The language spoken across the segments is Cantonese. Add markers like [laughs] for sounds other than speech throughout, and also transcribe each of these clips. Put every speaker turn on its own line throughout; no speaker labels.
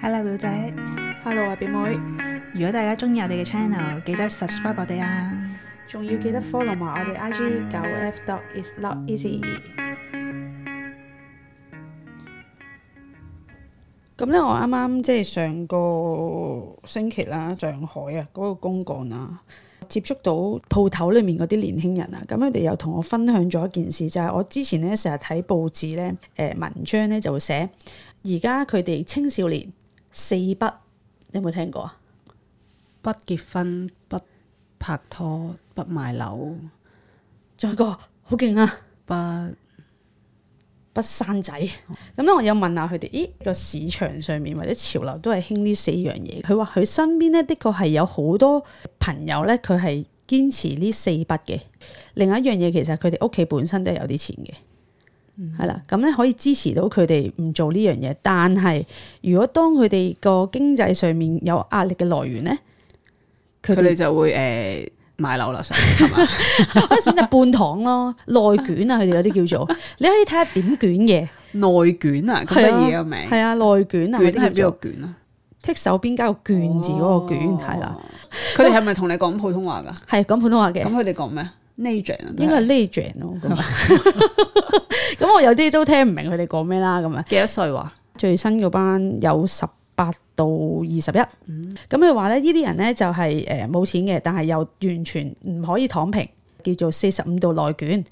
Hello 表姐，
Hello 啊，表妹，
如果大家中意我哋嘅 channel，記得 subscribe 我哋啊！
仲要記得 follow 埋我哋 IG 九 F dot is not easy。咁咧，我啱啱即係上個星期啦，上海啊嗰、個公幹啊，接觸到鋪頭裏面嗰啲年輕人啊，咁佢哋又同我分享咗一件事，就係、我之前咧成日睇報紙咧，誒、文章咧就會寫而家佢哋青少年四不，你有冇聽過啊？
不結婚、不拍拖、不買樓、
仲有一個好勁啊！
不
不生仔。咁咧，我有問下佢哋，咦個市場上面或者潮流都係興呢四樣嘢。佢話佢身邊咧，的確係有好多朋友咧，佢係堅持呢四筆嘅。另外一樣嘢，其實佢哋屋企本身都係有啲錢嘅。係啦，咁咧可以支持到佢哋唔做呢樣嘢，但係如果當佢哋個經濟上面有壓力嘅來源咧，
佢哋就會誒、呃、買樓啦，想
[laughs]
係嘛？
可以選擇半糖咯、內卷啊，佢哋有啲叫做，你可以睇下點卷
[laughs]
嘅，
內卷啊，咁得意嘅名，
係啊，內卷啊，
卷
嗰啲
係
叫
邊
做
個卷啊？哦
剔手邊加個卷字啊嗰個卷，係啦、
佢哋係咪同你講普通話
[laughs]
㗎？
係講普通話嘅，
咁佢哋講咩？Nation 啊，
應該係呢卷咯咁啊。 [laughs] 咁我有啲都聽唔明佢哋講咩啦，咁啊，
幾多歲話？
最新嗰班有十八到二十一，咁佢話咧呢啲人咧就係誒冇錢嘅，但係又完全唔可以躺平，叫做四十五度內卷。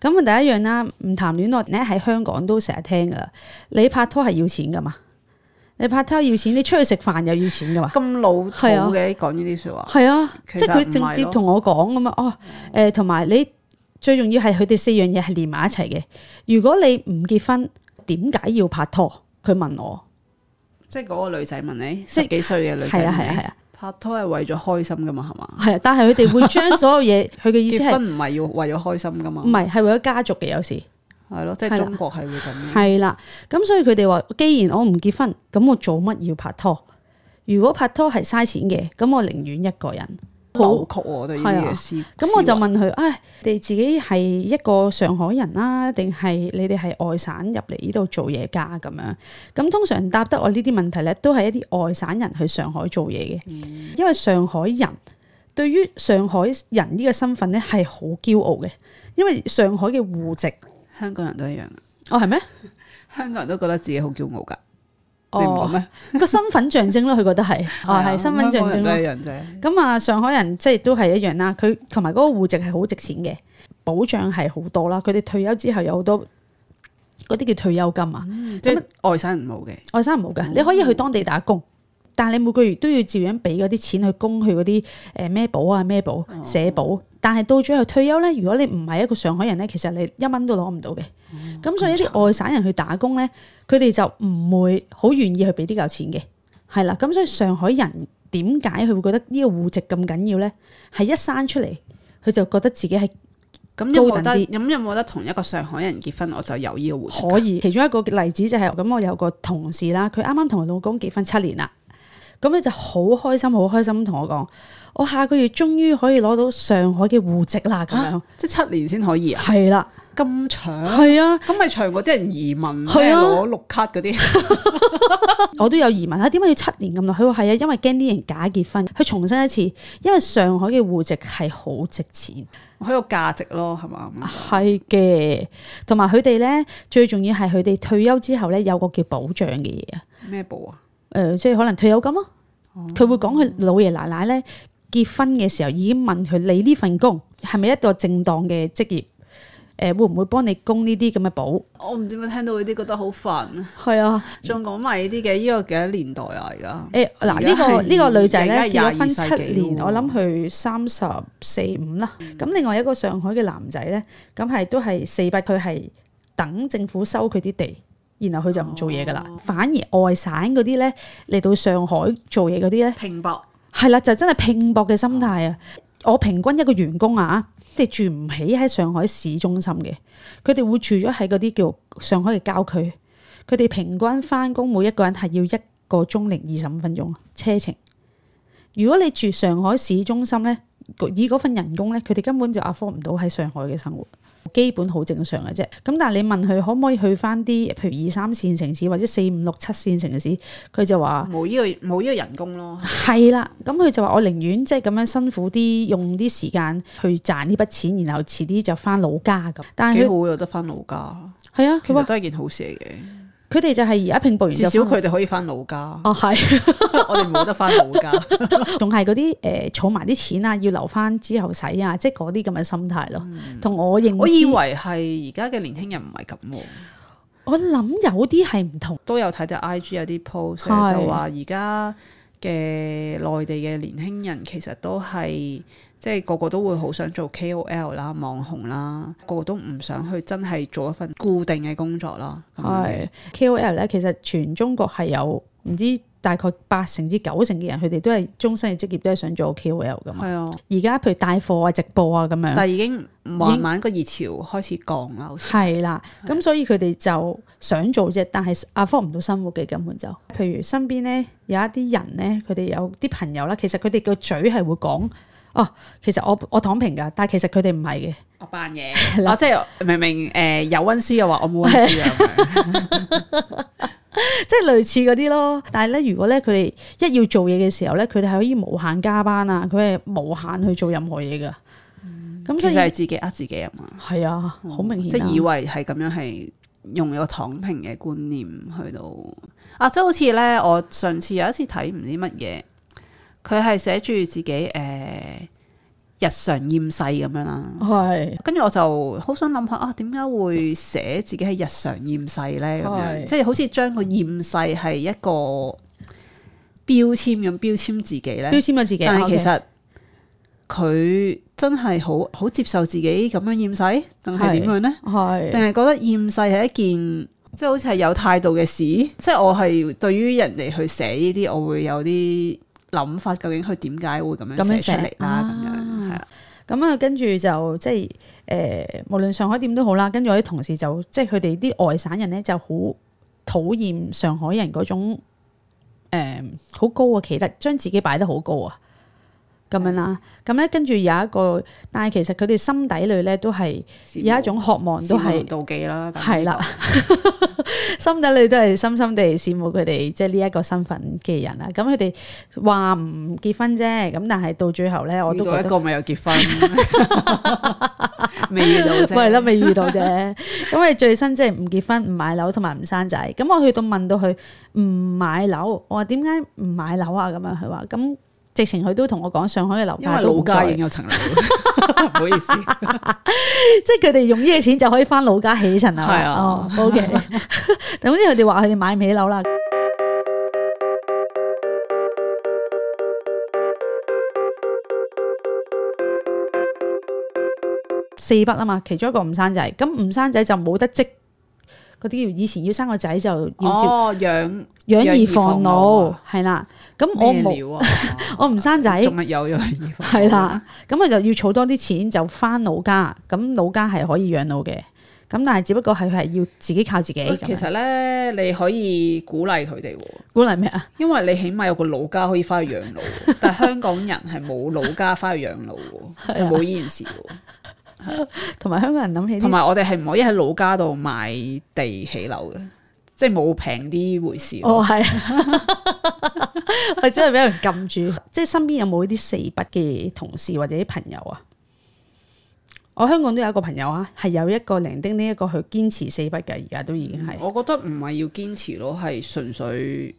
咁啊，第一樣啦，唔談戀愛咧喺香港都成日聽噶啦。你拍拖係要錢噶嘛？你拍拖要錢，你出去食飯又要錢噶嘛？
咁老土
係啊
嘅講呢啲説話，
係啊，
其
即
實
係佢
唔
直
係
接
咯嗯
同我講咁啊，哦，誒同埋你最重要係佢哋四樣嘢係連埋一齊嘅。如果你唔結婚，點解要拍拖？佢問我，
即係嗰個女仔問你，
即
十幾歲嘅女仔
係啊係
問
啊
你
係，啊
拍拖係為咗開心㗎嘛，係嘛？
係啊，但係佢哋會將所有嘢，佢嘅意
[laughs]
思
結
係
婚唔係要為咗開心㗎嘛
唔？係係為咗家族嘅有時
係咯，即係
係啦
中國係會咁嘅。
係啦。咁所以佢哋話，既然我唔結婚，咁我做乜要拍拖？如果拍拖係嘥錢嘅，咁我寧願一個人。
扭曲我對呢啲嘅思
啊咁我就
思維
問佢：，唉，你自己係一個上海人啦，定係你哋係外省入嚟呢度做嘢㗎？咁樣，咁通常答得我呢啲問題咧，都係一啲外省人去上海做嘢嘅，因為上海人對於上海人呢個身份咧係好驕傲嘅，因為上海嘅戶籍，
香港人都一樣，
哦係咩？
香港人都覺得自己好驕傲㗎，你唔講
哦，
咩？啊
個身份象徵咯，佢覺得係， [laughs] 哦係身份象徵
都
咯
一。樣啫。
咁啊，上海人即係都係一樣啦。佢同埋嗰個户籍係好值錢嘅，保障係好多啦。佢哋退休之後有好多嗰啲叫退休金啊。
即係外省人冇嘅，
外省人冇㗎，你可以去當地打工，但係你每個月都要照樣俾嗰啲錢去供去嗰啲誒咩保啊咩保社保。但係到最後退休咧，如果你唔係一個上海人咧，其實你一蚊都攞唔到嘅。咁、所以啲外省人去打工咧，佢哋就唔會好願意去俾呢嚿錢嘅，係啦。咁所以上海人點解佢會覺得呢個戶籍咁緊要咧？係一生出嚟佢就覺得自己係
咁有冇
高
得
等啲
咁有冇得同一個上海人結婚，我就有呢個活動
可以。其中一個例子就係、咁，我有個同事啦，佢啱啱同佢老公結婚七年啦，咁佢就好開心，好開心咁同我講：我下個月終於可以攞到上海嘅戶籍啦！咁樣
即係七年先可以啊？
係啦，
咁長，
係啊啊，
咁咪長過啲人移民咩
係啊
攞綠卡嗰啲？
我都有疑問啊，點解要七年咁耐？佢話係啊，因為驚啲人假結婚。佢重申一次，因為上海嘅戶籍係好值錢。
喺個價值咯，係嘛？
係嘅，同埋佢哋咧最重要係佢哋退休之後咧有個叫保障嘅嘢啊。
咩部啊？
誒、即係可能退休金咯。佢、會講佢老爺奶奶咧結婚嘅時候已經問佢：你呢份工係咪一個正當嘅職業？誒、會唔會幫你供呢啲咁嘅保？
我唔知點解聽到呢啲覺得好煩啊！
係啊，
仲講埋呢啲嘅，呢個幾多年代啊？而家
誒嗱
而家
呢個
係
呢個女仔咧
而
結
家係
咗婚
22世紀
七年，
喎
我諗佢三十四五啦。咁另外一個上海嘅男仔咧，咁係都係四百，佢係等政府收佢啲地。然後佢就唔做嘢噶啦，反而外省嗰啲咧嚟到上海做嘢嗰啲咧，
拼搏
係啦，就真係拼搏嘅心態啊！我平均一個員工啊，佢哋住唔起喺上海市中心嘅，佢哋會住咗喺嗰啲叫上海嘅郊區。佢哋平均翻工每一個人係要一個鐘零二十五分鐘車程。如果你住上海市中心咧，以嗰份人工咧，佢哋根本就 afford 唔到喺上海嘅生活，基本好正常嘅啫。咁但係你問佢可唔可以去翻啲譬如二三線城市或者四五六七線城市，佢就話。
冇呢個冇呢個人工咯，
係啦，咁佢就話我寧願即係咁樣辛苦啲，用啲時間去賺呢筆錢，然後遲啲就翻老家咁。但係
幾
佢
好啊有得翻老家，
係啊，
其
佢
實
話
都係件好事嚟
佢哋就係而家拼報完
嘅，
就
至少
返
佢哋可以翻老
[laughs]
家， [laughs]
哦係。
我哋冇得翻老家。
仲係嗰啲誒儲埋啲錢啊，要留翻之後使啊，即係嗰啲咁嘅心態咯。同我認知，
嗯我以為係而家嘅年輕人唔係咁喎，
我諗有啲係唔同，
都有睇到 IG 有啲 post
係
呢就話而家嘅內地嘅年輕人其實都係即係個個都會好想做 KOL 啦、網紅啦，個個都唔想去真係做一份固定嘅工作啦。咁樣嘅
係 KOL 咧，其實全中國係有唔知大概八成至九成嘅人，佢哋都係終身嘅職業都係想做 KOL 噶嘛。
係啊，
而家譬如帶貨啊、直播啊咁樣。
但係已經慢慢個熱潮開始降啦，好似
係啦，咁所以佢哋就想做啫，但係 afford 唔到生活嘅根本就。譬如身邊咧有一啲人咧，佢哋有啲朋友啦，其實佢哋個嘴係會講，哦，其實我我躺平㗎，但係其實佢哋唔係嘅， [laughs]
我扮嘢，我即係明明誒有温書又話我冇温書啊咁樣，
即係類似嗰啲咯。但係咧，如果咧佢哋一要做嘢嘅時候咧，佢哋係可以無限加班啊，佢係無限去做任何嘢㗎。咁
嗯其
所
實
以
係自己呃自己啊嘛。
係啊，好明顯啊，
即係以為係咁樣係用一個躺平嘅觀念去到啊，即係好似咧，我上次有一次睇唔知乜嘢，佢係寫住自己誒、呃日常厭世咁樣啦。
係
跟住我就好想諗下啊，點解會寫自己係日常厭世咧？咁樣
係
即係好似將個厭世係一個標籤咁標籤自己咧
標。籤咗自己。
但係其
OK
實佢真係好好接受自己咁樣厭世，定係點樣呢？
係
淨係覺得厭世係一件即係好似係有態度嘅事，即係我係對於人哋去寫呢啲，我會有啲諗法，究竟佢點解會咁樣
咁樣
寫出嚟啦？
寫
咁樣係啊，
咁啊，跟住就即係誒、呃，無論上海點都好啦。跟住我啲同事就即係佢哋啲外省人咧，就好討厭上海人嗰種呃好、高嘅企得，將自己擺得好高啊，咁樣啦。咁咧跟住有一個，但係其實佢哋心底裏咧都係有一種渴望，都係
羨慕妒忌啦，咁
係啦， [laughs] 心底裏都係深深地羨慕佢哋即係呢一個身份嘅人啊啦。咁佢哋話唔結婚啫，咁但係到最後咧，我
呢個。
都
遇到
覺得
一。個咪又結
[laughs]
婚，未遇到啫。 [laughs]
咪係咯，未遇到啫。咁你最新即係唔結婚、唔買樓同埋唔生仔。咁我去到問到佢唔買樓，我話點解唔買樓啊？咁樣佢話咁，直情佢都同我講上海嘅樓
因為
價都
老
唔
家已經
再，
有層樓，唔好意思，
即係佢哋用呢個錢就可以翻老家起層樓啦。
係啊
哦，OK。總之佢哋話佢哋買唔起樓啦。四筆啊嘛，其中一個唔生仔，咁唔生仔就冇得積嗰啲要以前要生個仔就要照
哦，養養
養兒
兒防
防
老
老
啊，
係啦。咁我
咩
冇，
料啊？
我唔生仔，
仲係有養兒防老
係啦。咁佢就要儲多啲錢就翻老家，咁老家係可以養老嘅。咁但係只不過係佢係要自己靠自己
喂
咁樣。
其實咧，你可以鼓勵佢哋喎，
鼓勵咩啊？
因為你起碼有個老家可以翻去養老喎，
[laughs]
但係香港人係冇老家翻去養老喎，係冇呢件事喎。
同埋香港人諗啊起啲
同埋我哋係唔可以喺老家度買地起樓嘅，即係冇平啲回事咯。
哦，係，或者係俾人撳住，即係身邊有冇啲四筆嘅同事或者啲朋友啊？我香港都有一個朋友啊，係有一個零丁呢一個佢堅持四筆嘅，而家都已經係。
我覺得唔係要堅持咯，係純粹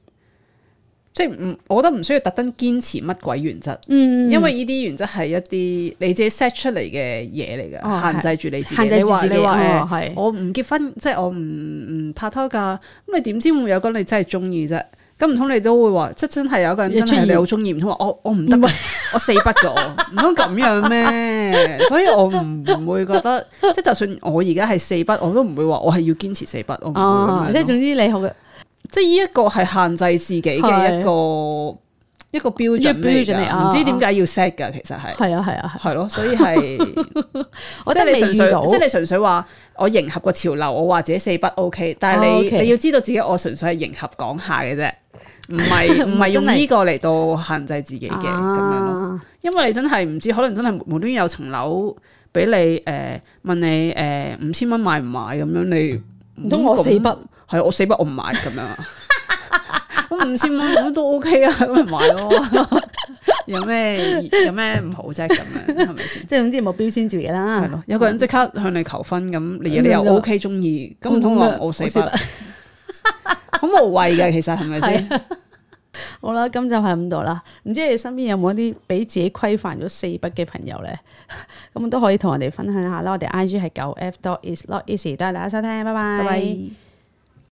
即係唔，我覺得唔需要特登堅持乜鬼原則，
嗯，
因為呢啲原則係一啲你自己 set 出嚟嘅嘢嚟嘅，
哦係
限制住你自己。
限制
你
住
話
自己
你話誒
哦係
我唔結婚，即係我唔唔拍拖噶。咁你點知會唔會有個人你真係中意啫？咁唔通你都會話，即係真係有一個人真係你好中意，唔通話哦我我唔得㗎，我四筆咗，唔通咁樣
[laughs]
咩？所以我唔唔會覺得，即係就算我而家係四筆，我都唔會話我係要堅持四筆，我唔會
哦，
咁
即
樣咯。
係總之你好嘅
即係呢一個係限制自己嘅一個一個標準
一個標
嚟
準嚟啊
㗎，唔知點解要 set 㗎，其實係。
係啊係啊係，
係
[laughs]
咯，所以係
我
即係
覺得
你
未
純
遇
粹，
到
即係你純粹話我迎合個潮流，我話自己四不 OK，但係你、
哦，OK
你要知道自己我純粹係迎合講下嘅啫，唔
[laughs]
係唔係用
真係
呢個嚟到限制自己嘅咁樣咯。
啊
因為你真係唔知，可能真係無端有層樓俾你誒、呃、問你呃誒五千蚊買唔買咁樣，你
唔通我死
嗯咁
筆？
係啊我死筆我唔買咁樣啊。咁五千蚊咁都 OK 啊，咁咪買咯。有咩有咩唔好啫？咁樣係咪先？
即係總之冇標籤自己啦。
係咯，有個人即刻向你求婚咁，你你又
嗯
OK 中意，咁唔通話我死筆？好無謂嘅，其實係咪先？
好啦，今集係咁度啦。唔知你身邊有冇一啲俾自己規範咗四筆嘅朋友 [laughs] 咧？咁都可以同我哋分享下啦。我哋 I G 係九 F dot is not easy，多謝大家收聽，拜
拜
拜。
拜。